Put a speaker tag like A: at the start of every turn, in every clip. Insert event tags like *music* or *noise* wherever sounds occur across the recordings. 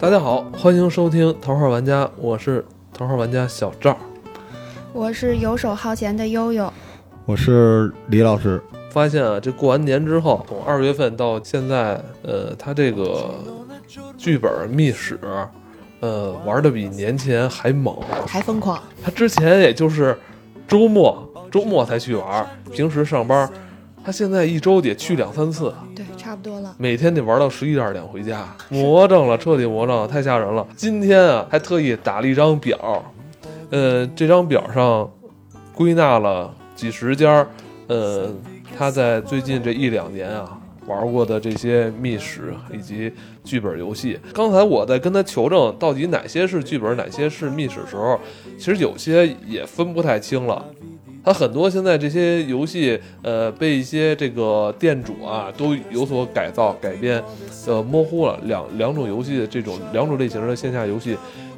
A: 大家好，欢迎收听《头号玩家》，我是头号玩家小赵。
B: 我是游手好闲的悠悠，
C: 我是李老师，
A: 发现啊，这过完年之后，从二月份到现在，呃，他这个剧本密室，呃，玩的比年前还猛。
D: 还疯狂，
A: 他之前也就是周末周末才去玩，平时上班，他现在一周得去两三次，
B: 对，差不多了。
A: 每天得玩到十一二点回家，魔怔了，彻底魔怔了，太吓人了。今天啊，还特意打了一张表，呃，这张表上归纳了几十家儿，呃，他在最近这一两年啊玩过的这些密室以及剧本游戏。刚才我在跟他求证到底哪些是剧本，哪些是密室时候，其实有些也分不太清了。他很多现在这些游戏，呃，被一些这个店主啊都有所改造、改编，呃，模糊了两两种游戏的这种两种类型的线下游戏，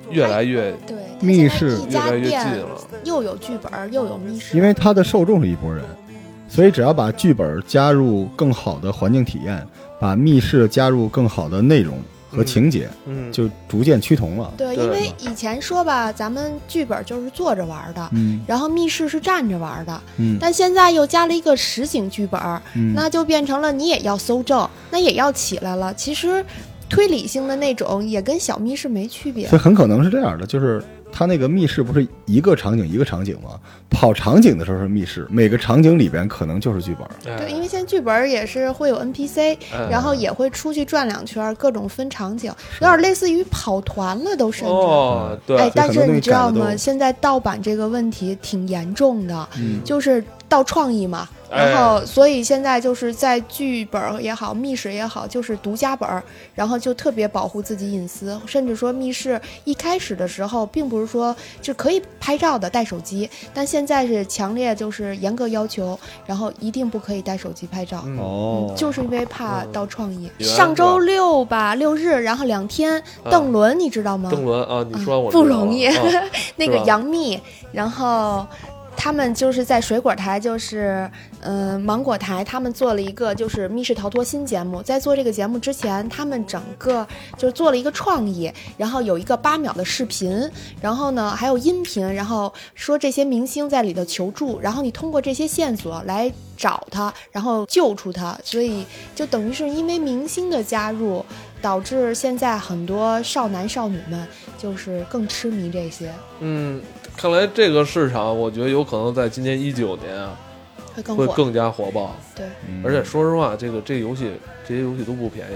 A: 越来越
B: 对，
C: 密室
B: 一
A: 越
B: 家
A: 来越近
B: 店
A: 了。
B: 又有剧本又有密室，
C: 因为他的受众是一拨人，所以只要把剧本加入更好的环境体验，把密室加入更好的内容和情节，
A: 嗯，
C: 就逐渐趋同了。
B: 对，
A: 对
B: 因为以前说吧，咱们剧本就是坐着玩的，
C: 嗯
B: 然后密室是站着玩的，
C: 嗯
B: 但现在又加了一个实景剧本，
C: 嗯，
B: 那就变成了你也要搜证，那也要起来了。其实推理性的那种也跟小密室没区别
C: 所，以很可能是这样的，就是他那个密室不是一个场景一个场景吗？跑场景的时候是密室，每个场景里边可能就是剧本。
B: 对，因为现在剧本也是会有 NPC，
A: 哎
B: 然后也会出去转两圈，各种分场景，有点类似于跑团了，都甚至。
A: 哦，对，
B: 哎，但
C: 很多
B: 是你
C: 东西
B: 知
C: 改
B: 道
C: 的
B: 吗？
C: 都
B: 现在盗版这个问题挺严重的，
C: 嗯
B: 就是盗创意嘛。
A: 哎
B: 然后，所以现在就是在剧本儿也好，密室也好，就是独家本儿，然后就特别保护自己隐私，甚至说密室一开始的时候，并不是说就可以拍照的带手机，但现在是强烈就是严格要求，然后一定不可以带手机拍照。
A: 嗯
C: 哦
B: 嗯，就是因为怕
A: 嗯
B: 到创意。
A: 原来是
B: 上周六吧，六日，然后两天，
A: 啊
B: 邓伦你知道吗？
A: 邓伦啊，你说完我
B: 嗯不
A: 知道
B: 容
A: 了
B: *laughs* 易
A: 啊
B: 那个
A: 是吧
B: 杨幂，然后。他们就是在水果台，就是嗯、呃芒果台，他们做了一个就是密室逃脱新节目。在做这个节目之前，他们整个就是做了一个创意，然后有一个八秒的视频，然后呢还有音频，然后说这些明星在里头求助，然后你通过这些线索来找他，然后救出他。所以就等于是因为明星的加入，导致现在很多少男少女们就是更痴迷这些，
A: 嗯，看来这个市场，我觉得有可能在今年一九年啊
B: 会更
A: 会
B: 火。
A: 更加火爆。
C: 嗯
A: 而且说实话，这个这游戏这些游戏都不便宜，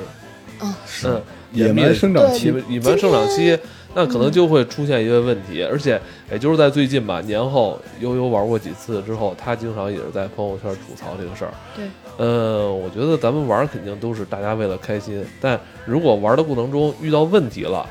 B: 嗯，
A: 嗯，
C: 野
A: 没
C: 蛮生长
B: 对
A: 你
C: 期，
A: 们你们生长期，那可能就会出现一个问题，而且也就是在最近吧，年后悠悠玩过几次之后，他经常也是在朋友圈吐槽这个事儿。
B: 对，
A: 呃，我觉得咱们玩儿肯定都是大家为了开心，但如果玩的过程中遇到问题了，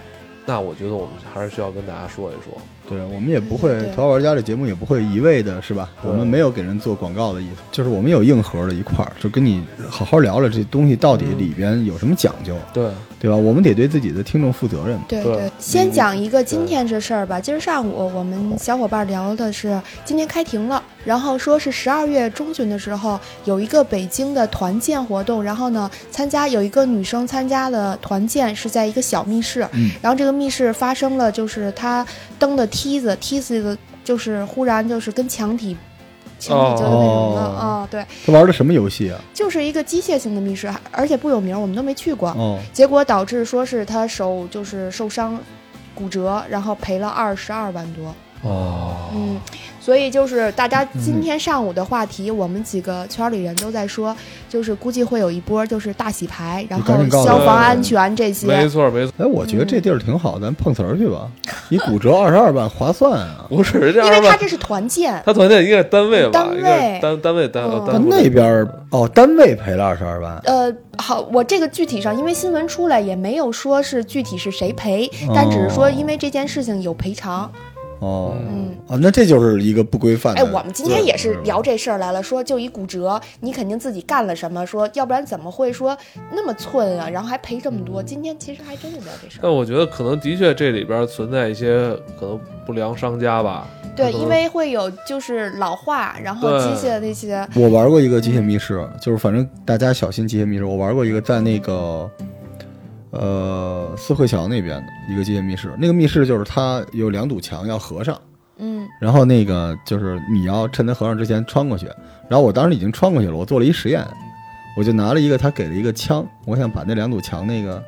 A: 那我觉得我们还是需要跟大家说一说。
C: 对，我们也不会
B: 对
C: 《头号玩家》这节目也不会一味的是吧？
A: 对
C: 我们没有给人做广告的意思，就是我们有硬核的一块儿，就跟你好好聊聊这东西到底
A: 嗯
C: 里边有什么讲究，
A: 对，
C: 对吧？我们得对自己的听众负责任嘛。
B: 对
A: 对
B: 先讲一个今天这事儿吧。今儿上午我们小伙伴聊的是今天开庭了，然后说是十二月中旬的时候有一个北京的团建活动，然后呢参加有一个女生参加的团建是在一个小密室，
C: 嗯
B: 然后这个密室发生了就是她登的梯子，梯子的就是忽然就是跟墙体。墙体就那种的
C: 哦
B: 啊、对，
C: 他玩的什么游戏啊？
B: 就是一个机械性的密室，而且不有名，我们都没去过。
C: 哦，
B: 结果导致说是他手就是受伤骨折，然后赔了二十二万多。
A: 哦
B: 嗯，所以就是大家今天上午的话题，我们几个圈里人都在说，就是估计会有一波就是大洗牌，然后
C: 赶紧告诉
B: 消
A: 我
B: 防安全这些
A: 没。错没错，
C: 哎，我觉得
B: 嗯
C: 这地儿挺好，咱碰瓷儿去吧。你骨折二十二万，划算啊！
A: 不是这
B: 因为
A: 样
B: 他
A: 吧？
B: 这是团建，
A: 他团建应该是单位吧？
B: 单位
A: 应该是单单位单
B: 嗯
A: 呃
C: 但
A: 单位
C: *laughs* 那边儿哦，单位赔了二十二万，
B: 呃，好，我这个具体上，因为新闻出来也没有说是具体是谁赔，但只是说因为这件事情有赔偿。
C: 哦
B: 嗯，
C: 哦，那这就是一个不规范的。
B: 哎，我们今天也是
C: 嗯对
B: 聊这事儿来了，说就一骨折，你肯定自己干了什么，说要不然怎么会说那么寸啊，然后还赔这么
C: 嗯
B: 多？今天其实还真是聊这事儿，
C: 呃
A: 但我觉得可能的确这里边存在一些可能不良商家吧。
B: 对，
A: 可
C: 嗯
A: 能
B: 因为会有就是老化，然后
A: 对
B: 机械那些，
C: 我玩过一个机械密室，就是反正大家小心机械密室。我玩过一个在那个，呃四惠桥那边的一个机械密室。那个密室就是它有两堵墙要合上，
B: 嗯
C: 然后那个就是你要趁它合上之前穿过去。然后我当时已经穿过去了，我做了一实验，我就拿了一个他给了一个枪，我想把那两堵墙那个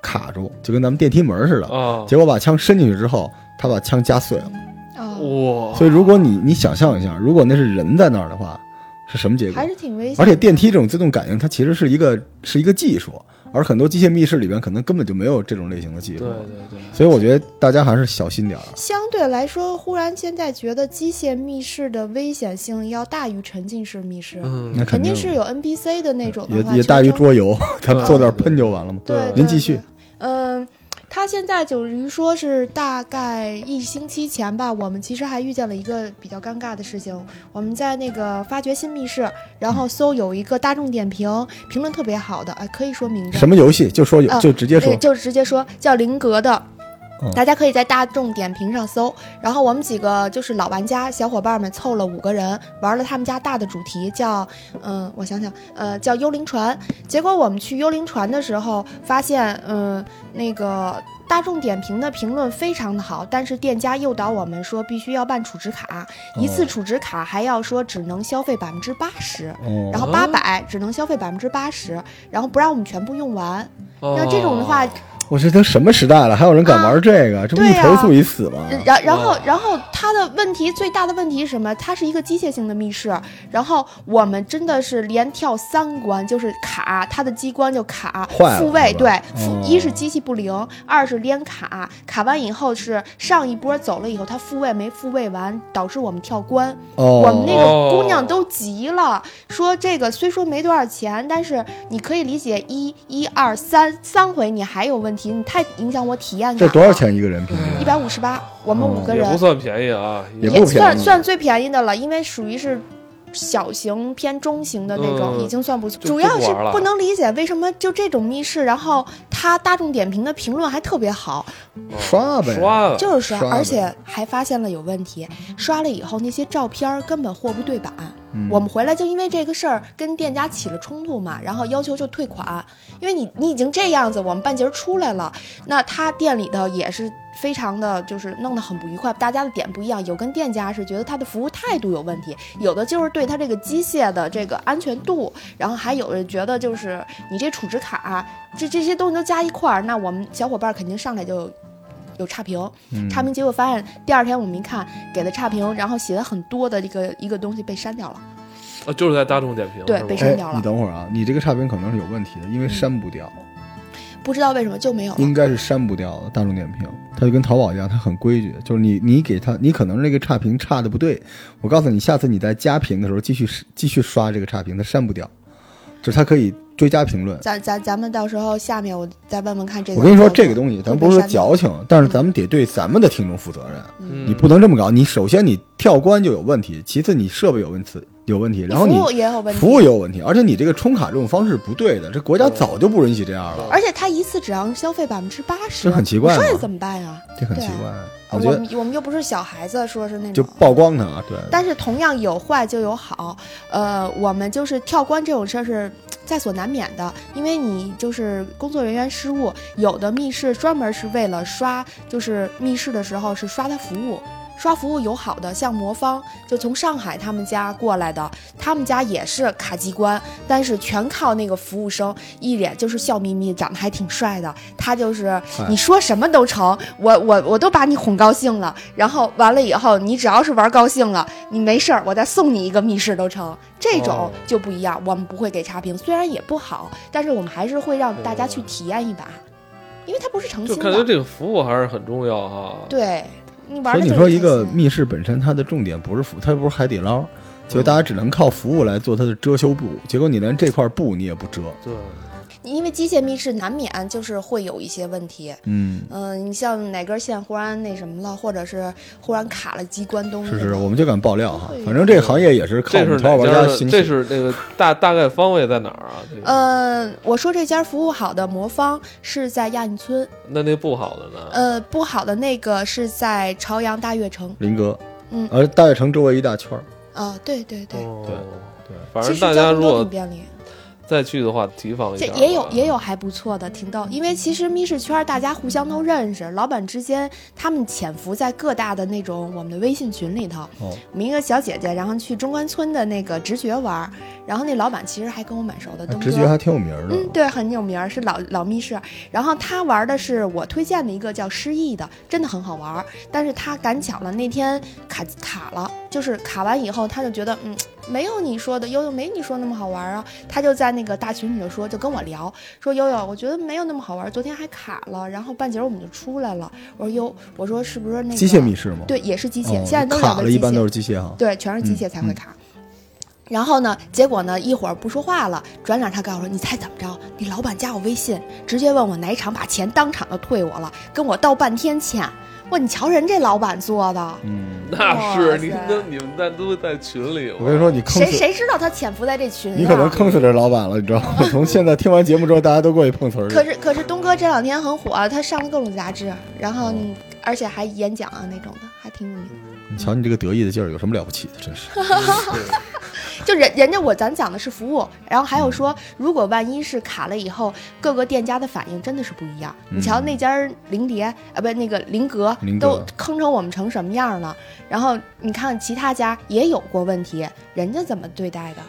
C: 卡住，就跟咱们电梯门似的。
A: 啊，
C: 结果把枪伸进去之后，他把枪夹碎了。
B: 哦，
A: 哇，
C: 所以如果你你想象一下，如果那是人在那儿的话，是什么结果
B: 还？是挺危险的。
C: 而且电梯这种自动感应，它其实是一个是一个技术，而很多机械密室里边可能根本就没有这种类型的技
A: 对
C: 术。
A: 对对，
C: 所以我觉得大家还是小心点儿。啊
B: 相对来说，忽然现在觉得机械密室的危险性要大于沉浸式密室，
C: 那
A: 嗯，
C: 肯
B: 肯
C: 定
B: 定是有 NPC 的那种
C: 也
B: 的话，
C: 也
B: 竞
C: 大于
B: 争
A: *laughs*
C: 桌游，他
A: 对
C: 坐那儿喷就完了嘛。
B: 对
A: 对，
B: 对
C: 您继续。
B: 对嗯，他现在等于说是大概一星期前吧，我们其实还遇见了一个比较尴尬的事情。我们在那个发掘新密室，然
C: 嗯
B: 后搜有一个大众点评评论特别好的，哎，可以说名字
C: 什么游戏就说有
B: 啊
C: 就直接说
B: 对，，就直接说叫林格的
C: 嗯。
B: 大家可以在大众点评上搜，然后我们几个就是老玩家小伙伴们凑了五个人玩了他们家大的主题叫，嗯、我想想，呃，叫幽灵船。结果我们去幽灵船的时候，发现，嗯、那个大众点评的评论非常的好，但是店家诱导我们说必须要办储值卡，一次
C: 哦
B: 储值卡还要说只能消费百分之八十，然
C: 哦，
B: 后八百只能消费百分之八十，然后不让我们全部用完。
A: 那
B: 那这种的
C: 哦
B: 话，
C: 我这都什么时代了，还有人敢玩这个？这不一
B: 对啊
C: 投诉一死吗？
B: 然然后
A: 哇
B: 然后它的问题最大的问题是什么？它是一个机械性的密室，然后我们真的是连跳三关，就是卡它的机关就卡
C: 坏了
B: 复位，
C: 是吧
B: 对，复
C: 哦
B: 一是机器不灵，二是连卡，卡完以后是上一波走了以后，它复位没复位完，导致我们跳关。我们那
C: 哦，
B: 个姑娘都急了，说这个虽说没多少钱，但是你可以理解一一二三三回你还有问题，你太影响我体验感。
C: 这多少？钱一个人平
B: 一
A: 嗯
C: 均？
B: 百五十八，我们五个
A: 哦也
B: 人。
A: 不算便宜啊，
C: 也不
B: 也
C: 便
B: 算
C: 宜
B: 算最便宜的了，因为属于是小型偏中型的那种，
A: 嗯
B: 已经算不错。
A: 就
B: 主要
A: 不
B: 是
A: 玩了
B: 不能理解为什么就这种密室，然后它大众点评的评论还特别好，
A: 哦
C: 刷呗
A: 刷了，
B: 就是说
C: 刷，呗
B: 而且还发现了有问题，刷了以后那些照片儿根本货不对版。
C: 嗯
B: 我们回来就因为这个事儿跟店家起了冲突嘛，然后要求就退款，因为你你已经这样子，我们半截儿出来了，那他店里头也是非常的就是弄得很不愉快，大家的点不一样，有跟店家是觉得他的服务态度有问题，有的就是对他这个机械的这个安全度，然后还有人觉得就是你这储值卡、啊这这些东西都加一块儿，那我们小伙伴儿肯定上来就有差评，
C: 嗯
B: 差评结果发现第二天我们一看给的差评，然后写的很多的一个一个东西被删掉了。
A: 啊就是在大众点评，
B: 对
A: 是吧
B: 被删
C: 哎
B: 掉，了
C: 你等会儿啊，你这个差评可能是有问题的，因为删不掉，
B: 不知道为什么就没有了。
C: 应该是删不掉的。大众点评，它就跟淘宝一样，它很规矩，就是你你给它，你可能那个差评差的不对，我告诉你，下次你在加评的时候继续继续刷这个差评，它删不掉，就是它可以追加评论。
B: 咱咱咱们到时候下面我再问问看这个。
C: 我跟你说，这个东西咱不是说
B: 会被删掉嗯
C: 矫情，但是咱们得对咱们的听众负责任。
A: 嗯
C: 你不能这么搞，你首先你跳关就有问题，其次你设备有问题有问题，然后
B: 你
C: 你
B: 服务也有问题，
C: 服务也有问题，而且你这个充卡这种方式不对的，这国家早就不允许这样了，
B: 而且他一次只让消费百分之八十，
C: 这很奇怪
B: 你
C: 嘛
B: 说这怎么办呀？
C: 这很奇
B: 对
C: 怪。
B: 我
C: 我觉得
B: 们我们又不是小孩子，说是那种
C: 就曝光它啊，对，
B: 但是同样有坏就有好，呃，我们就是跳关这种事儿是在所难免的，因为你就是工作人员失误，有的密室专门是为了刷，就是密室的时候是刷他服务。刷服务友好的，像魔方就从上海他们家过来的，他们家也是卡机关，但是全靠那个服务生，一脸就是笑眯眯，长得还挺帅的。他就是
C: 哎
B: 你说什么都成，我我我都把你哄高兴了。然后完了以后，你只要是玩高兴了，你没事儿，我再送你一个密室都成。这种
A: 哦
B: 就不一样，我们不会给差评，虽然也不好，但是我们还是会让大家去体验一把，因为它不是诚
A: 就
B: 心
A: 感觉
B: 的。
A: 这个服务还是很重要哈。
B: 对你玩
C: 所
B: 的
C: 以你
B: 就
C: 说
B: 是
C: 一个
B: 开心嗯
C: 密室本身它的重点不是服，它又不是海底捞，结果大家只能靠服务来做它的遮羞布，结果你连这块布你也不遮，
A: 对，
B: 因为机械密室难免就是会有一些问题。
C: 嗯，
B: 嗯、你像哪根线忽然那什么了，或者是忽然卡了机关东西
C: 是
B: 了，
C: 是，我们就敢爆料哈
B: 哎呦，
C: 反正这个行业也是靠我
A: 这
C: 们
A: 是
C: 淘
A: 哪
C: 宝玩
A: 家
C: 家
A: 的？
C: 兴
A: 这
C: 起，
A: 是那个大大概方位在哪儿啊？这个
B: 呃，我说这家服务好的魔方是在亚运村，
A: 那那不好的呢？
B: 呃，不好的那个是在朝阳大悦城。
C: 林哥，
B: 嗯
C: 而大悦城周围一围一大圈儿，
B: 啊、对对对，
A: 哦
C: 对，
A: 反
B: 其
A: 正
B: 实
A: 大
B: 交
A: 家
B: 通
A: 如
B: 都
A: 果
B: 挺便利。
A: 再去的话提防一
B: 这
A: 下吧。
B: 也有也有还不错的，挺逗。因为其实密室圈儿大家互相都认识，老板之间他们潜伏在各大的那种我们的微信群里头。
C: 哦，
B: 我们一个小姐姐，然后去中关村的那个直觉玩儿，然后那老板其实还跟我蛮熟的，
C: 哎
B: 东哥。
C: 直觉还挺有名儿的。哦
B: 嗯，对，很有名儿，是老老密室。然后他玩的是我推荐的一个叫《失忆》的，真的很好玩儿。但是他赶巧了，那天卡卡了，就是卡完以后，他就觉得嗯，没有你说的悠悠没你说那么好玩儿啊。他就在那个大群里头说，就跟我聊说悠悠，我觉得没有那么好玩儿，昨天还卡了。然后半截儿我们就出来了。我说哟，我说是不是那个
C: 机械密室吗？
B: 对，也是机械，
C: 哦，
B: 现在都
C: 卡
B: 聊的
C: 了，
B: 机
C: 一
B: 械
C: 般都是机械哈。
B: 对，全是机械才
C: 嗯
B: 会卡。然后呢，结果呢，一会儿不说话了，转脸他告诉我说：“你猜怎么着？你老板加我微信，直接问我哪一场，把钱当场就退我了，跟我道半天歉。哇，你瞧人这老板做的，
C: 嗯，
A: 那是你
B: 哇塞
A: 那你们在都在群里，
C: 我跟你说，，你坑
B: 谁
C: 死
B: 谁知道他潜伏在这群啊？
C: 你可能坑死这老板了，你知
B: *laughs*
C: 道吗？从现在听完节目之后，大家都过去碰瓷儿去
B: 可。是可是东哥这两天很火，啊他上了各种杂志，然后、
C: 哦
B: 而且还演讲啊那种的，还挺有名。
C: 你瞧你这个得意的劲儿，有什么了不起的？真是。
B: *laughs* 就人人家我咱讲的是服务，然后还
C: 嗯
B: 有说，如果万一是卡了以后，各个店家的反应真的是不一样。
C: 嗯
B: 你瞧那家儿灵蝶啊，呃不那个灵格
C: 灵格
B: 都坑成我们成什么样了，然后你看其他家也有过问题，人家怎么对待的？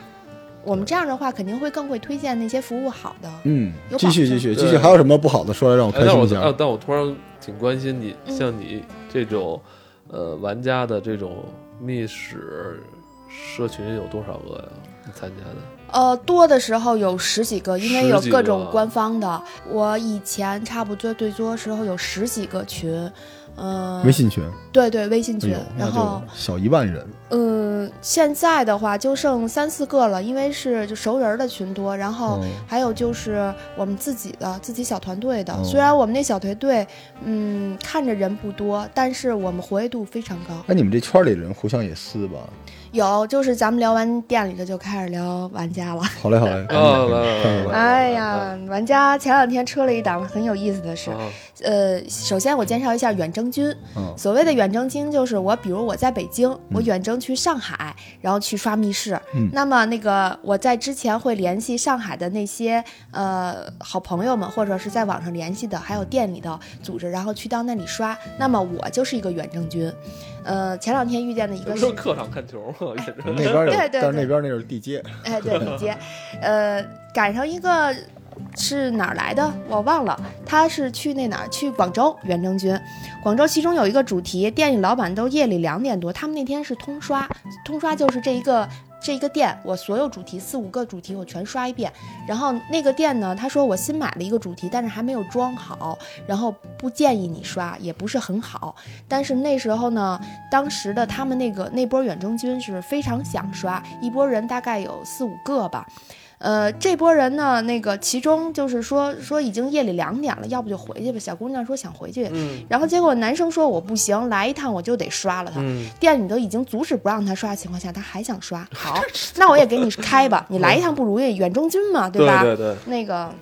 B: 我们这样的话肯定会更会推荐那些服务好的。
C: 嗯
B: 有，
C: 继续
B: 保证
C: 继续
A: 对
C: 继续，还有什么不好的说来让我
A: 哎，
C: 开
A: 但
C: 心
A: 我
C: 一下
A: 啊？但我突然挺关心你，
B: 嗯
A: 像你这种呃玩家的这种密室社群有多少个呀？你参加的
B: 呃，多的时候有十几个，因为有
A: 十几个
B: 各种官方的。我以前差不多最多时候有十几个群，嗯、
C: 微信群，
B: 对对微信
C: 哎
B: 群
C: 呦，，那
B: 然后
C: 就。小一万人，
B: 嗯，现在的话就剩三四个了，因为是就熟人儿的群多，然后
C: 嗯
B: 还有就是我们自己的自己小团队的。
C: 哦
B: 虽然我们那小团队，嗯，看着人不多，但是我们活跃度非常高。
C: 哎，你们这圈里人互相也撕吧？
B: 有，就是咱们聊完店里的就开始聊玩家了。
C: 好嘞好嘞，
A: 哦来来来来
B: 哎呀，玩家前两天车了一档很有意思的事。
A: 啊？
B: 呃，首先我介绍一下远征军。
C: 嗯
B: 所谓的远征军，就是我，比如我在北京，我远征去上海，然后去刷密室。
C: 嗯
B: 那么那个我在之前会联系上海的那些呃好朋友们，或者是在网上联系的，还有店里的组织，然后去到那里刷。那么我就是一个远征军。呃，前两天遇见的一
A: 这
B: 个
A: 不
B: 是
A: 是客场看球吗？也是
C: 那边有，
B: 对对对
C: 但是那边那是地接，
B: 哎，对，李杰，呃，赶上一个是哪儿来的我忘了，他是去那哪儿去广州远征军，广州其中有一个主题，店里老板都夜里两点多，他们那天是通刷，通刷就是这一个。这一个店，我所有主题四五个主题我全刷一遍，然后那个店呢，他说我新买了一个主题，但是还没有装好，然后不建议你刷，也不是很好。但是那时候呢，当时的他们那个那波远征军是非常想刷，一波人大概有四五个吧。呃，这波人呢，那个其中就是说说已经夜里两点了，要不就回去吧。小姑娘说想回去，
A: 嗯
B: 然后结果男生说我不行，来一趟我就得刷了他。
A: 嗯，
B: 店里都已经阻止不让他刷的情况下，他还想刷，
A: *laughs*
B: 好，那我也给你开吧，你来一趟不如意，远征军嘛，
A: 对
B: 吧？
A: 对对，
B: 那个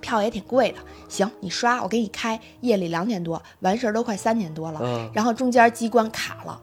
B: 票也挺贵的，行，你刷，我给你开。夜里两点多，完事儿都快三点多了，
A: 嗯
B: 然后中间机关卡了，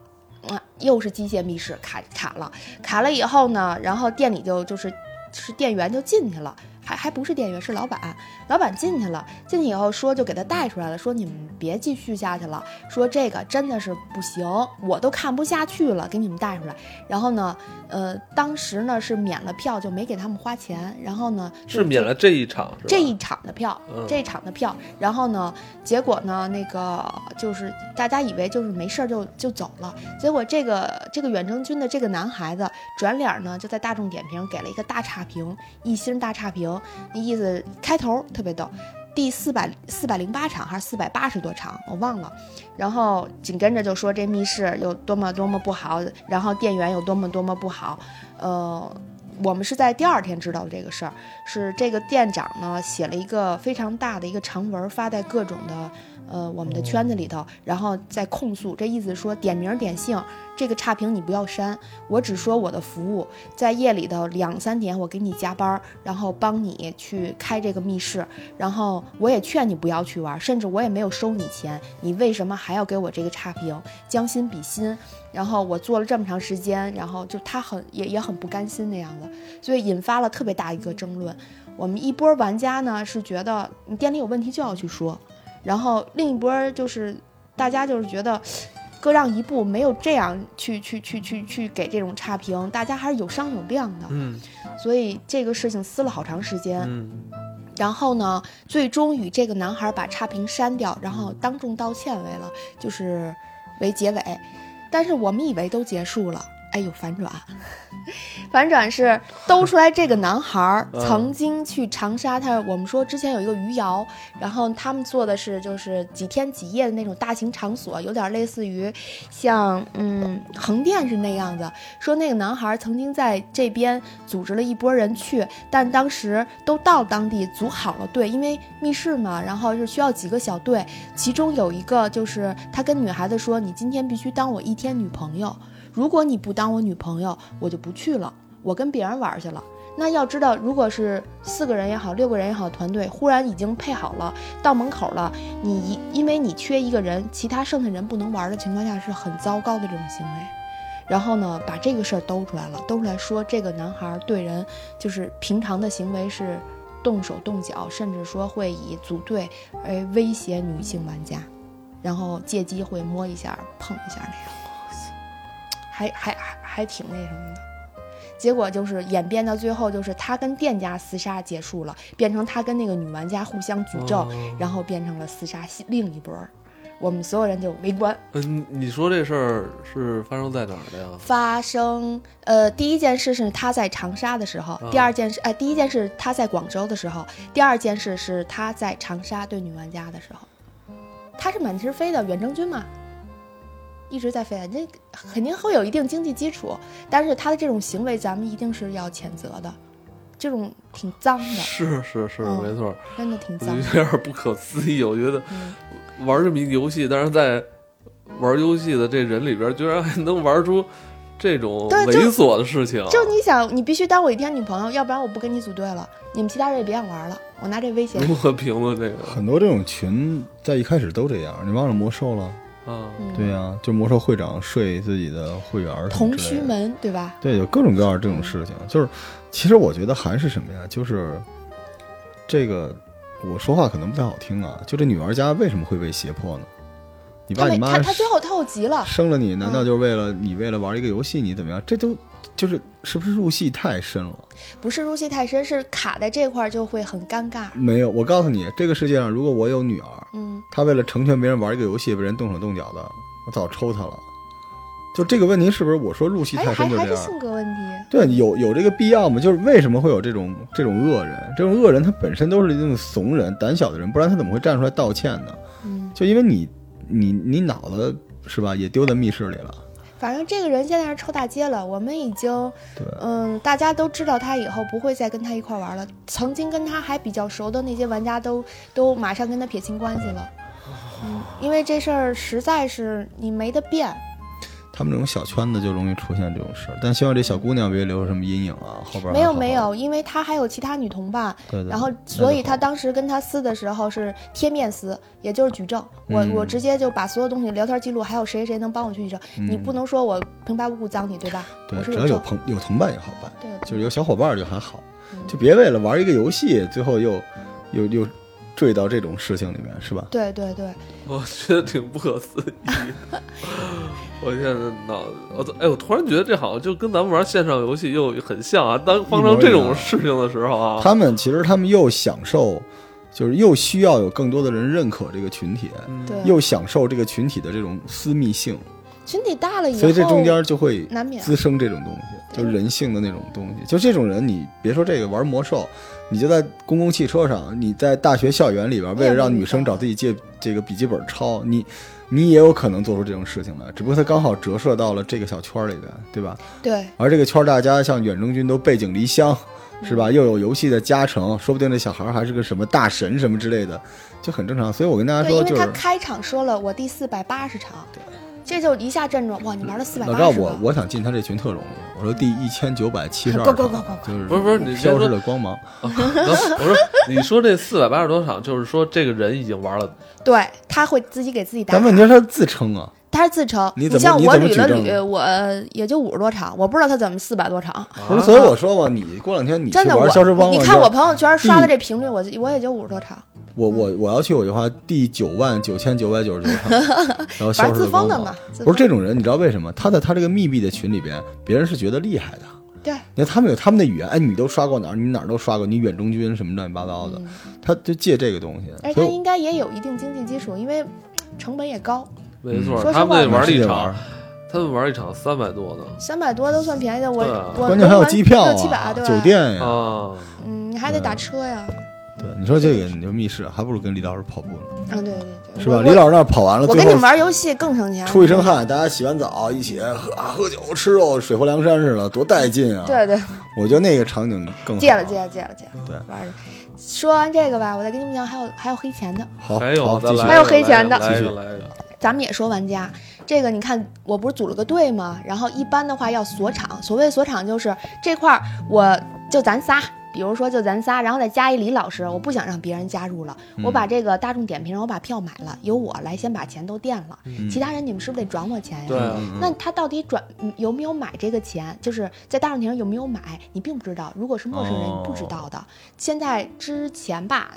B: 啊，又是机械密室卡卡了，卡了以后呢，然后店里就就是是店员就进去了。还还不是店员，是老板。老板进去了，进去以后说就给他带出来了，说你们别继续下去了，说这个真的是不行，我都看不下去了，给你们带出来。然后呢，呃，当时呢是免了票，就没给他们花钱。然后呢，就是
A: 免了这一场是吧？
B: 这一场的票，
A: 嗯
B: 这一场的票。然后呢，结果呢，那个就是大家以为就是没事儿就就走了，结果这个这个远征军的这个男孩子转脸儿呢就在大众点评给了一个大差评，一星大差评，那意思开头特别逗。第四百四百零八场还是四百八十多场，我忘了。然后紧跟着就说这密室有多么多么不好，然后店员有多么多么不好。呃，我们是在第二天知道的这个事儿，是这个店长呢写了一个非常大的一个长文，发在各种的呃我们的圈子里头，然后再控诉，这意思说点名儿点姓，这个差评你不要删，我只说我的服务，在夜里头两三点我给你加班儿，然后帮你去开这个密室，然后我也劝你不要去玩儿，甚至我也没有收你钱，你为什么还要给我这个差评？将心比心。然后我做了这么长时间，然后就他很也也很不甘心那样的，所以引发了特别大一个争论。我们一波玩家呢是觉得你店里有问题就要去说，然后另一波就是大家就是觉得各让一步，没有这样去去去去去给这种差评，大家还是有商有量的，
A: 嗯
B: 所以这个事情撕了好长时间。
A: 嗯
B: 然后呢，最终与这个男孩把差评删掉，
A: 嗯
B: 然后当众道歉为了，就是为结尾。但是我们以为都结束了，哎，有反转， *laughs* 反转是兜出来这个男孩儿
A: 嗯
B: 曾经去长沙，他我们说之前有一个余姚，然后他们做的是就是几天几夜的那种大型场所，有点类似于像嗯横店是那样的。说那个男孩曾经在这边组织了一拨人去，但当时都到当地组好了队，因为密室嘛，然后是需要几个小队，其中有一个就是他跟女孩子说：“你今天必须当我一天女朋友，如果你不当我女朋友，我就不去了，我跟别人玩去了。”那要知道，如果是四个人也好，六个人也好，团队忽然已经配好了，到门口了，你一因为你缺一个人，其他剩下人不能玩的情况下，是很糟糕的这种行为。然后呢，把这个事儿兜出来了，兜出来说这个男孩儿对人就是平常的行为是动手动脚，甚至说会以组队而威胁女性玩家，然后借机会摸一下、碰一下那样，还还还还挺那什么的。结果就是演变到最后，就是他跟店家厮杀结束了，变成他跟那个女玩家互相诅咒，
A: 哦
B: 然后变成了厮杀另一波儿。我们所有人就围观，
A: 嗯，你说这事儿是发生在哪儿的呀？
B: 发生，呃，第一件事是他在长沙的时候，第二件事，哎、第一件事他在广州的时候，第二件事是他在长沙对女玩家的时候，他是满天飞的远征军嘛，一直在飞，这肯定会有一定经济基础，但是他的这种行为，咱们一定是要谴责的，这种挺
A: *laughs*
B: 脏的，
A: 是是是，
B: 嗯
A: 没错儿，
B: 真的挺
A: 我觉
B: 脏
A: 得 *laughs*
B: 的。
A: 有点不可思议。我觉得
B: 嗯，
A: 玩这么一个游戏，但是在玩游戏的这人里边，居然还能玩出这种
B: 对就
A: 猥琐的事情，啊
B: 就你想，你必须当我一天女朋友，要不然我不跟你组队了，你们其他人也别想玩了，我拿这威胁你。
A: 如何评论这个
C: 很多这种群在一开始都这样，你忘了魔兽了？
A: 啊？
B: 嗯
C: 对呀、就魔兽会长睡自己的会员儿什么
B: 同
C: 之类
B: 须
C: 的
B: 门对吧？
C: 对，有各种各样的这种事情。就是，其实我觉得还是什么呀？就是这个，我说话可能不太好听啊。就这女玩家为什么会被胁迫呢？你
B: 他
C: 爸
B: 没
C: 你
B: 他
C: 妈
B: 他最后他又急了，
C: 生了你，难道就是为了你为了玩一个游戏你怎么样？这都就是是不是入戏太深了？
B: 不是入戏太深，是卡在这块儿就会很尴尬。
C: 没有，我告诉你，这个世界上如果我有女儿，
B: 嗯，
C: 她为了成全别人玩一个游戏被人动手动脚的，我早抽她了。就这个问题是不是我说入戏
B: 还
C: 太
B: 还
C: 深就这
B: 还
C: 样？
B: 是性格问题。
C: 对，有有这个必要吗？就是为什么会有这种这种恶人？这种恶人他本身都是那种怂人、胆小的人，不然他怎么会站出来道歉呢？
B: 嗯，
C: 就因为你你你脑子是吧，也丢在密室里了。
B: 反正这个人现在是臭大街了，我们已经，
C: 对，
B: 嗯，大家都知道他以后不会再跟他一块儿玩了。曾经跟他还比较熟的那些玩家都都马上跟他撇清关系了。
C: 哦
B: 嗯，因为这事儿实在是你没得变。
C: 他们这种小圈子就容易出现这种事儿，但希望这小姑娘别留下什么阴影啊，后边还
B: 没有
C: 好
B: 没，有，因为他还有其他女同伴，
C: 对对，
B: 然后，所以他当时跟他撕的时候是贴面撕，也就是举证。我、
C: 嗯
B: 我直接就把所有东西、聊天记录，还有谁谁能帮我去举证。你不能说我平白无故脏你，对吧？
C: 嗯对
B: 我，是
C: 只
B: 有
C: 要有
B: 证。
C: 朋有同伴也好办，
B: 对，
C: 就是有小伙伴就还好，
B: 嗯
C: 就别为了玩一个游戏，最后又又又坠到这种事情里面，是吧？
B: 对对对，
A: 我觉得挺不可思议 *laughs* 的。我现在脑子，我都哎，我突然觉得这好像就跟咱们玩线上游戏又很像啊。当发生这种事情的时候啊，
C: 他们其实他们又享受，就是又需要有更多的人认可这个群体，
B: 对
C: 嗯又享受这个群体的这种私密性，
B: 群体大了以后，
C: 所以这中间就会
B: 难免
C: 滋生这种东西，就是人性的那种东西。就这种人，你别说这个玩魔兽，你就在公共汽车上，你在大学校园里边，
B: 我也
C: 为了让
B: 没遇
C: 女生
B: 到
C: 找自己借这个笔记本抄你。你也有可能做出这种事情来，只不过他刚好折射到了这个小圈儿里边，对吧？
B: 对
C: 而这个圈儿大家像远征军都背井离乡，
B: 嗯
C: 是吧？又有游戏的加成，说不定这小孩儿还是个什么大神什么之类的，就很正常。所以我跟大家
B: 对，因
C: 说，
B: 为
C: 就
B: 他
C: 是
B: 开场说了我第四百八十场，这就一下震住，哇，你玩了四百
C: 老
B: 八
C: 赵，
B: 十
C: 我
B: 个，
C: 我想进他这群特容易。我说第一千九百七十
B: *laughs*
C: 二
B: Go, go, go, go,
C: 就是
A: 不是不是你先
C: 消
A: 说
C: 失的光芒。
A: 然后我说，你说这四百八十多场，就是说这个人已经玩了，
B: 对他会自己给自己打
C: 但问
B: 卡，
C: 题是他自称啊，
B: 他是自称。
C: 你
B: 你
C: 怎么
B: 像
C: 你
B: 我
C: 怎么
B: 捋
C: 举
B: 了
C: 证
B: 捋，我也就五十多场，我不知道他怎么四百多场。
A: 啊
C: 不是，所以我说嘛，你过两天你去
B: 真的，
C: 玩
B: 我
C: 消失光芒，
B: 你看
C: 就
B: 我朋友圈刷的这频率，我就我也就五十多场，
C: 我我我要去我就花第九万九千九百九十九
B: *laughs*
C: 场，然后消
B: 玩
C: 失
B: 自
C: 光
B: 封的
C: 芒。
B: 嘛。自
C: 不
B: 封
C: 是这种人，你知道为什么？他在他这个密闭的群里边，别人是觉得厉害的。
B: 对，
C: 你看他们有他们的语言，哎，你都刷过哪儿？你哪儿都刷过，你远中军什么乱七八糟的，他就借这个东西。
B: 嗯而
C: 所
B: 且他
C: 以我
B: 应该也有一定经济基础，因为成本也高，
A: 没错，
B: 说实
A: 他
B: 话
A: 们那玩了一
C: 是这
A: 场
C: 儿，
A: 他们玩了一场三百多呢。
B: 三百多都算便宜的。我
A: 对啊
B: 我
C: 关键还有
B: 都玩
C: 机票
B: 六七百
C: 啊、
B: 对吧？
C: 酒，店呀、
A: 啊，
B: 嗯，你还得打车呀。
C: 对，你说这个你就密室，还不如跟李老师跑步呢，
B: 嗯，对对对，
C: 是吧？
B: 我
C: 李老师那儿跑完了，
B: 我
C: 最
B: 跟你
C: 后
B: 们玩游戏更省钱。
C: 出一身汗，大家洗完澡一起喝啊喝酒吃肉，水泊梁山似的，多带劲啊！
B: 对对，
C: 我觉得那个场景更好
B: 戒了戒了戒了戒了。
C: 对
B: 玩儿。说完这个吧，我再跟你们讲，还有还有黑钱的，
C: 好，
A: 还有
C: 好
A: 再
C: 继续
A: 来，
B: 还有黑钱的
A: 来一
C: 继
A: 个
C: 续
A: 来一个，
B: 咱们也说玩家。这个你看，我不是组了个队吗？然后一般的话要锁场，所谓锁场就是这块儿，我就咱仨。比如说，就咱仨，然后再加一李老师，我不想让别人加入了，我把这个大众点评上我把票买了，由我来先把钱都垫了，其他人你们是不是得转我钱呀？
C: 嗯
A: 对啊，
B: 那他到底转嗯有没有买这个钱，就是在大众点评有没有买，你并不知道。如果是陌生人，
C: 哦
B: 你不知道的。现在之前吧。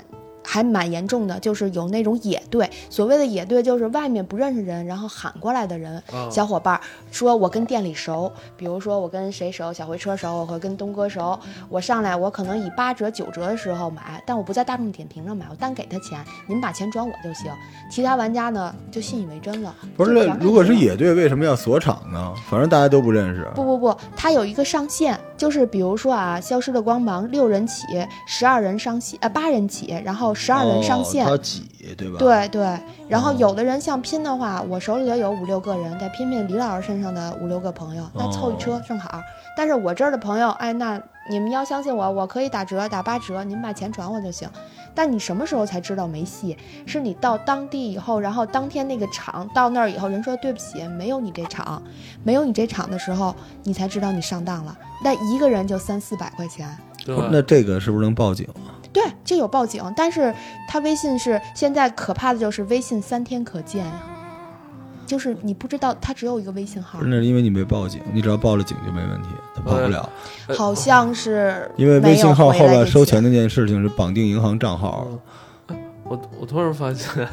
B: 还蛮严重的，就是有那种野队，所谓的野队就是外面不认识人，然后喊过来的
C: 嗯
B: 人，
A: 啊
B: 小伙伴儿说我跟店里熟，比如说我跟谁熟，小回车熟，我会跟东哥熟，
C: 嗯
B: 我上来我可能以八折九折的时候买，但我不在大众点评上买，我单给他钱，您把钱转我就行。其他玩家呢就信以为真了，
C: 不是
B: 就转，给
C: 如果是
B: 你了
C: 野队，为什么要锁场呢？反正大家都不认识。
B: 不不不，它有一个上限，就是比如说啊，《消失的光芒》六人起，十二人上线，呃，八人起，然后十二人上线。
C: 哦他挤对吧？，
B: 对对，然后
C: 哦
B: 有的人像拼的话，我手里头有五六个人，再拼拼李老师身上的五六个朋友，那凑一车正好。但是我这儿的朋友，哎，那你们要相信我，我可以打折，打八折，您把钱转我就行。但你什么时候才知道没戏？是你到当地以后，然后当天那个场到那儿以后，人说对不起，没有你这场，没有你这场的时候，你才知道你上当了。那一个人就三四百块钱，
A: 对
C: 那这个是不是能报警？
B: 对，这有报警，但是他微信是现在可怕的就是微信三天可见呀，就是你不知道他只有一个微信号
C: 不是，，那是因为你没报警，你只要报了警就没问题，他跑不了。
A: 呃
B: 好像是
C: *laughs* 因为微信号
B: 没有回
C: 后
B: 来嗯
C: 边
B: 这
C: 收
B: 些
C: 钱那件事情是绑定银行账号，
A: 我我突然发现，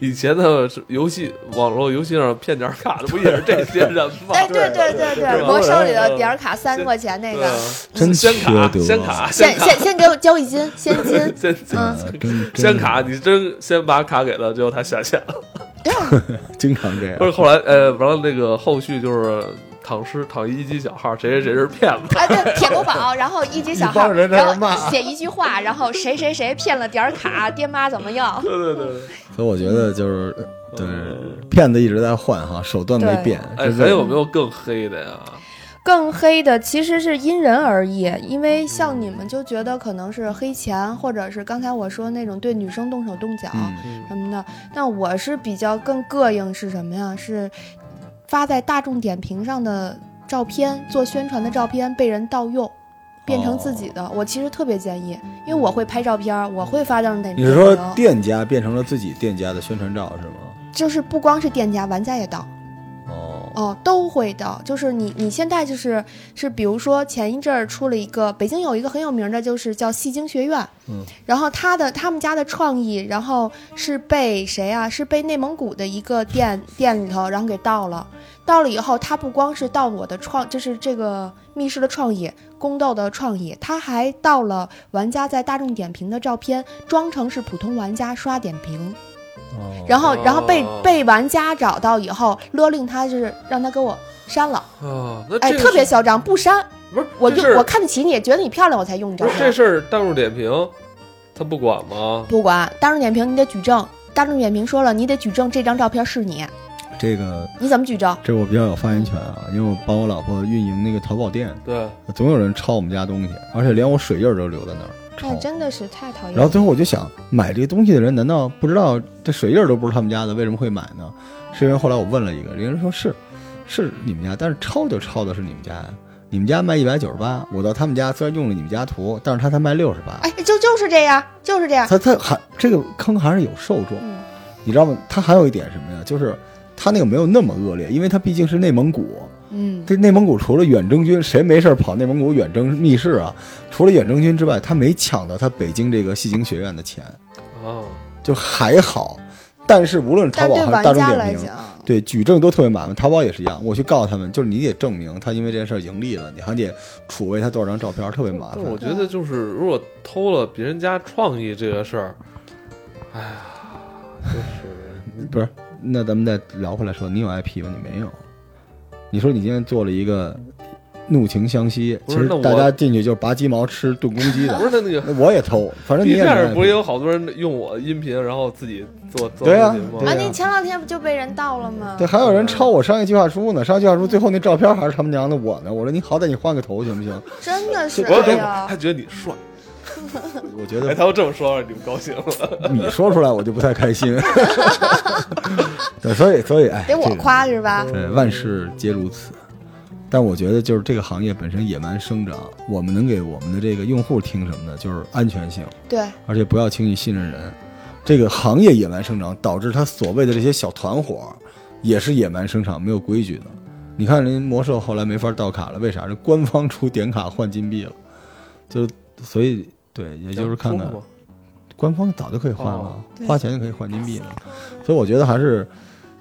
A: 以前的游戏网络游戏上骗点卡的不也是这些人吗？
B: *laughs* 哎，对对对
A: 对
B: 对，我手里的
A: 嗯
B: 点儿卡三块钱那
A: 对
B: 个
A: 啊，
C: 真
A: *laughs* 先卡
C: 缺德
A: 先
C: 啊
A: 卡，
B: 先先先给我交一金，先金
C: *laughs*
A: 先
B: 嗯
C: 呃真
A: 先
C: 真
A: 卡，你真先把卡给他，结果他下线了。
C: 经
A: *laughs*
C: 常这样
A: 不。是后来呃，完了那个后续就是躺尸躺一级小号，谁谁谁是骗子。
B: 哎，对，舔狗宝，然后一级小
C: 一帮
B: 号，
C: 人在这儿
B: 然
C: 骂
B: 后写一句话，然后谁谁谁骗了点儿卡，爹妈怎么样？
A: 对对对对，
C: 所以我觉得就是，就是骗子一直在换哈，手段没
B: 对
C: 变。
A: 嗯哎，
C: 这
A: 还
C: 是
A: 有没有更黑的呀？
B: 更黑的其实是因人而异，因为像你们就觉得可能是黑钱，或者是刚才我说那种对女生动手动脚
C: 嗯，
A: 哎
B: 什么的。但我是比较更膈应是什么呀？是发在大众点评上的照片做宣传的照片被人盗用。变成自己的，
C: 哦
B: 我其实特别建议，因为我会拍照片，我会发到那点
C: 你
B: 评。
C: 是说店家变成了自己店家的宣传照是吗？
B: 就是不光是店家，玩家也盗。
C: 哦，
B: 哦，都会的，就是你你现在就是是，比如说前一阵儿出了一个北京有一个很有名的，就是叫戏精学院，
C: 嗯，
B: 然后他的他们家的创意，然后是被谁啊？是被内蒙古的一个店店里头，然后给盗了。盗了以后，他不光是盗我的创，就是这个密室的创意、宫斗的创意，他还盗了玩家在大众点评的照片，装成是普通玩家刷点评。
C: 哦
B: 然后，然后被
A: 哦
B: 被玩家找到以后，勒令他就是让他给我删了，
A: 啊，
C: 呃
A: 那
B: 哎，
A: 这个
B: 特别
A: 是
B: 嚣张，不删，
A: 不是
B: 我
A: 这
B: 就
A: 事儿
B: 我看得起你，觉得你漂亮，我才用你照
A: 不是这
B: 片。
A: 事儿，大众点评他不管吗？
B: 不管大众点评，你得举证。大众点评说了，你得举证这张照片是你，
C: 这个
B: 你怎么举证？
C: 这我比较有发言权啊，因为我帮我老婆运营那个淘宝店，
A: 对，啊
C: 总有人抄我们家东西，而且连我水印儿都留在那儿
B: 那
C: 抄。
B: 哎真的是太讨厌
C: 然
B: 了。
C: 后最后我就想，买这个东西的人难道不知道这水印儿都不是他们家的，为什么会买呢？是因为后来我问了一个，人家说是是你们家，但是抄就抄的是你们家呀。你们家卖一百九十八，我到他们家虽然用了你们家图，但是他才卖六十八，
B: 哎，就就是这样，就是这样。
C: 他他还这个坑还是有受众。
B: 嗯，
C: 你知道吗？它还有一点什么呀？就是它那个没有那么恶劣，因为它毕竟是内蒙古。
B: 嗯，
C: 这内蒙古除了远征军，谁没事儿跑内蒙古远征密室啊？除了远征军之外，他没抢到他北京这个戏精学院的钱，
A: 啊，
C: 就还好。但是无论是淘
B: 但
C: 宝
B: 对
C: 还
B: 玩
C: 是大众
B: 家来
C: 点评，
B: 讲，
C: 对举证都特别麻烦。淘宝也是一样，我去告他们，就是你得证明他因为这件事儿盈利了，你还得储备他多少张照片，特别麻
A: 但
C: 烦。
A: 我觉得就是如果偷了别人家创意这个事儿，哎呀，就是
C: 不是，那咱们再聊回来说，你有 IP 吗？你没有。你说你今天做了一个怒情湘西，
A: 不
C: 其
A: 是
C: 实
A: 那我
C: 大家进去就是拔鸡毛吃炖公鸡
A: 不 *laughs*
C: 的，
A: 是他那个。
C: 那我也偷，反嗯正你
A: B
C: 也没
A: 站上
C: IP
A: 不是也有好多人用我音频，然后自己做做
C: 对啊
A: 视频吗？
C: 对
B: 啊，
C: 啊
B: 那前两天不就被人盗了吗
C: 对，？还有人抄我商业计划书呢，商业计划书最后那照片还是他们娘的我呢。我说你好歹你换个头行不行？
B: 真的是，
A: 我
B: 哎
A: 我
B: 呀
A: 他，觉得你帅，
C: 我觉
A: 哎，
C: 得
A: 他要这么说，你们高兴了？
C: 你说出来我就不太开心。 *laughs* 对，所以所以哎，
B: 得我
C: 这个
B: 夸是吧？
C: 对，万事皆如此。但我觉得就是这个行业本身野蛮生长，我们能给我们的这个用户听什么呢？就是安全性，
B: 对，
C: 而且不要轻易信任人。这个行业野蛮生长，导致他所谓的这些小团伙也是野蛮生长，没有规矩的。你看人家魔兽后来没法盗卡了，为啥？是官方出点卡换金币了，就所以对，也就是看看
A: 中吗
C: 官方早就可以换了，
B: 哦对
C: 花钱就可以换金币了。所以我觉得还是，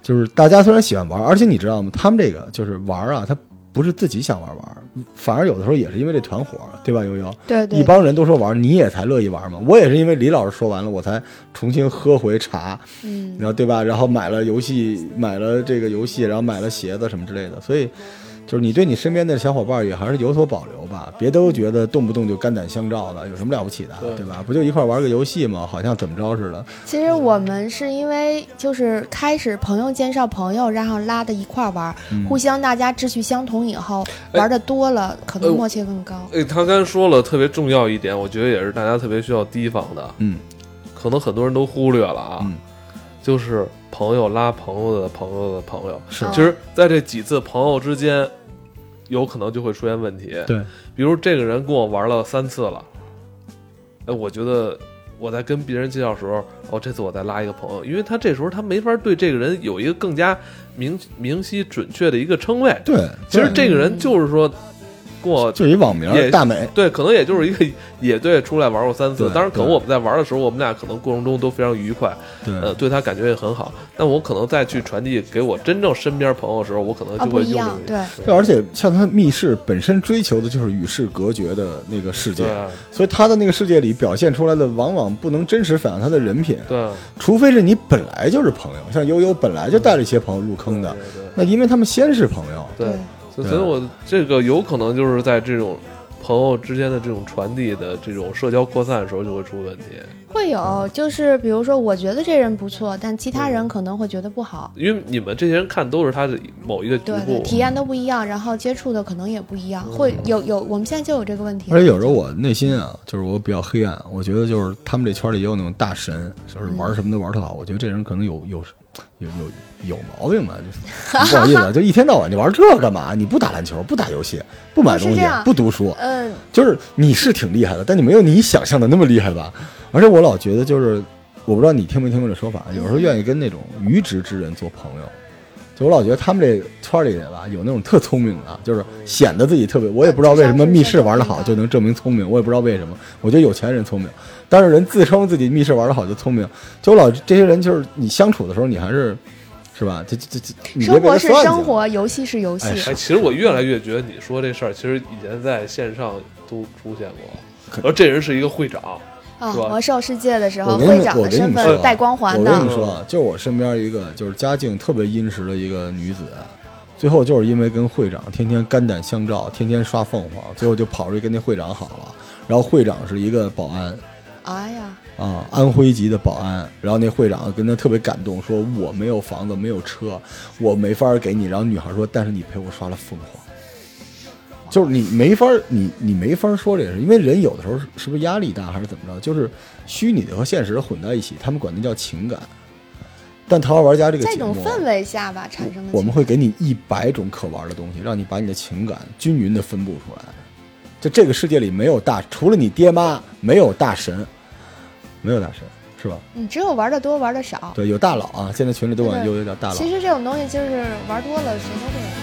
C: 就是大家虽然喜欢玩，而且你知道吗？他们这个就是玩啊，他不是自己想玩玩，反而有的时候也是因为这团伙，对吧？悠悠，
B: 对
C: 一帮人都说玩，你也才乐意玩嘛。我也是因为李老师说完了，我才重新喝回茶，
B: 嗯，
C: 然后对吧？然后买了游戏，买了这个游戏，然后买了鞋子什么之类的，所以。就是你对你身边的小伙伴也还是有所保留吧，别都觉得动不动就肝胆相照的，有什么了不起的，
A: 对
C: 对吧？不就一块玩个游戏吗？好像怎么着似的。
B: 其实我们是因为就是开始朋友介绍朋友，然后拉到一块儿玩儿，
C: 嗯
B: 互相大家志趣相同以后，
A: 哎
B: 玩的多了，可
A: 呃
B: 能默契更高。
A: 哎，他刚才说了特别重要一点，我觉得也是大家特别需要提防的，
C: 嗯，
A: 可能很多人都忽略了啊，
C: 嗯
A: 就是朋友拉朋友的朋友的朋友，
C: 是
B: 啊
A: 其实在这几次朋友之间，有可能就会出现问题。
C: 对，
A: 比如这个人跟我玩了三次了，哎，我觉得我在跟别人介绍的时候，哦，这次我再拉一个朋友，因为他这时候他没法对这个人有一个更加明明晰准确的一个称谓。
C: 对，
A: 其实
C: 对
A: 这个人就是说，跟我
C: 就是一网名
A: 也
C: 大美，
A: 对，可能也就是一个野队出来玩过三次，
C: 对
A: 当然可能
C: 对
A: 我们在玩的时候，我们俩可能过程中都非常愉快，呃，
C: 对
A: 对他感觉也很好。但我可能再去传递给我真正身边朋友的时候，我可能
B: 啊，
A: 就
B: 不
A: 会
B: 一
A: 用
B: 样，
A: 这个
B: 对，
C: 对，而且像他密室本身追求的就是与世隔绝的那个世界，所以他的那个世界里表现出来的往往不能真实反映他的人品，
A: 对对
C: 除非是你本来就是朋友，像悠悠本来就带着一些朋友入坑的，那因为他们先是朋友，
A: 对对
B: 对
A: 所以所以我这个有可能就是在这种朋友之间的这种传递的这种社交扩散的时候就会出问题，
B: 会有，
C: 嗯
B: 就是比如说，我觉得这人不错，但其他人可能会觉得不好。
A: 因为你们这些人看都是他的某一个局
B: 对对，
A: 部，
B: 体验都不一样，然后接触的可能也不一样，会有有，我们现在就有这个问题。
C: 嗯而且有时候我内心啊，就是我比较黑暗，我觉得就是他们这圈里也有那种大神，就是玩什么都玩特好。我觉得这人可能有有有有有毛病吧，就是不好意思啊，就一天到晚就玩这干嘛？你不打篮球，不打游戏，不买东
B: 不是
C: 西
B: 这样，
C: 不读书，
B: 嗯，
C: 就是你是挺厉害的，但你没有你想象的那么厉害吧？而且我老觉得就是，我不知道你听没听过这说
B: 嗯
C: 法，有时候愿意跟那种愚直之人做朋友。就我老觉得他们这圈里人吧，有那种特聪明的啊，就是显得自己特别。我也不知道为什么密室玩得好就能证明聪明，我也不知道为什么。我觉得有钱人聪明，但是人自称自己密室玩得好就聪明。就我老这些人，就是你相处的时候，你还是是吧？这这这，你别
B: 生
C: 被他
B: 活是
C: 算计啊
B: 生
C: 了
B: 活，游戏是游戏。
C: 哎
A: 哎，
C: 是
A: 其实我越来越觉得你说这事儿，其实以前在线上都出现过
C: 可。
A: 而这人是一个会长，
B: 啊，
A: 是吧
B: 魔兽世界的时候，
C: 我跟你
B: 会长
C: 我
B: 的
C: 跟
B: 身
C: 你说啊
B: 份带光环
C: 我跟
B: 的
C: 你，说啊，就我身边一个就是家境特别殷实的一个女子，啊最后就是因为跟会长天天肝胆相照，天天刷凤凰，最后就跑出去跟那会长好了。然后会长是一个保安，
B: 哎呀，
C: 啊，安徽籍的保安，然后那会长跟他特别感动，说我没有房子，没有车，我没法给你。然后女孩说，但是你陪我刷了凤凰，就是你没法，你你没法说这个事，因为人有的时候是是不是压力大还是怎么着，就是虚拟的和现实的混在一起，他们管那叫情感。但《桃花玩家》这个啊
B: 在
C: 节
B: 这种
C: 目，
B: 氛围下吧产生的
C: 我
B: 情
C: 们
B: 绪，
C: 会给你一百种可玩的东西，让你把你的情感均匀的分布出来。就这个世界里没有大，除了你爹妈，没有大神，没有大神，是吧？
B: 你嗯只有玩的多，玩的少。
C: 对，有大佬啊，现在群里都管悠悠叫大佬。
B: 其实这种东西就是玩多了，谁都这样。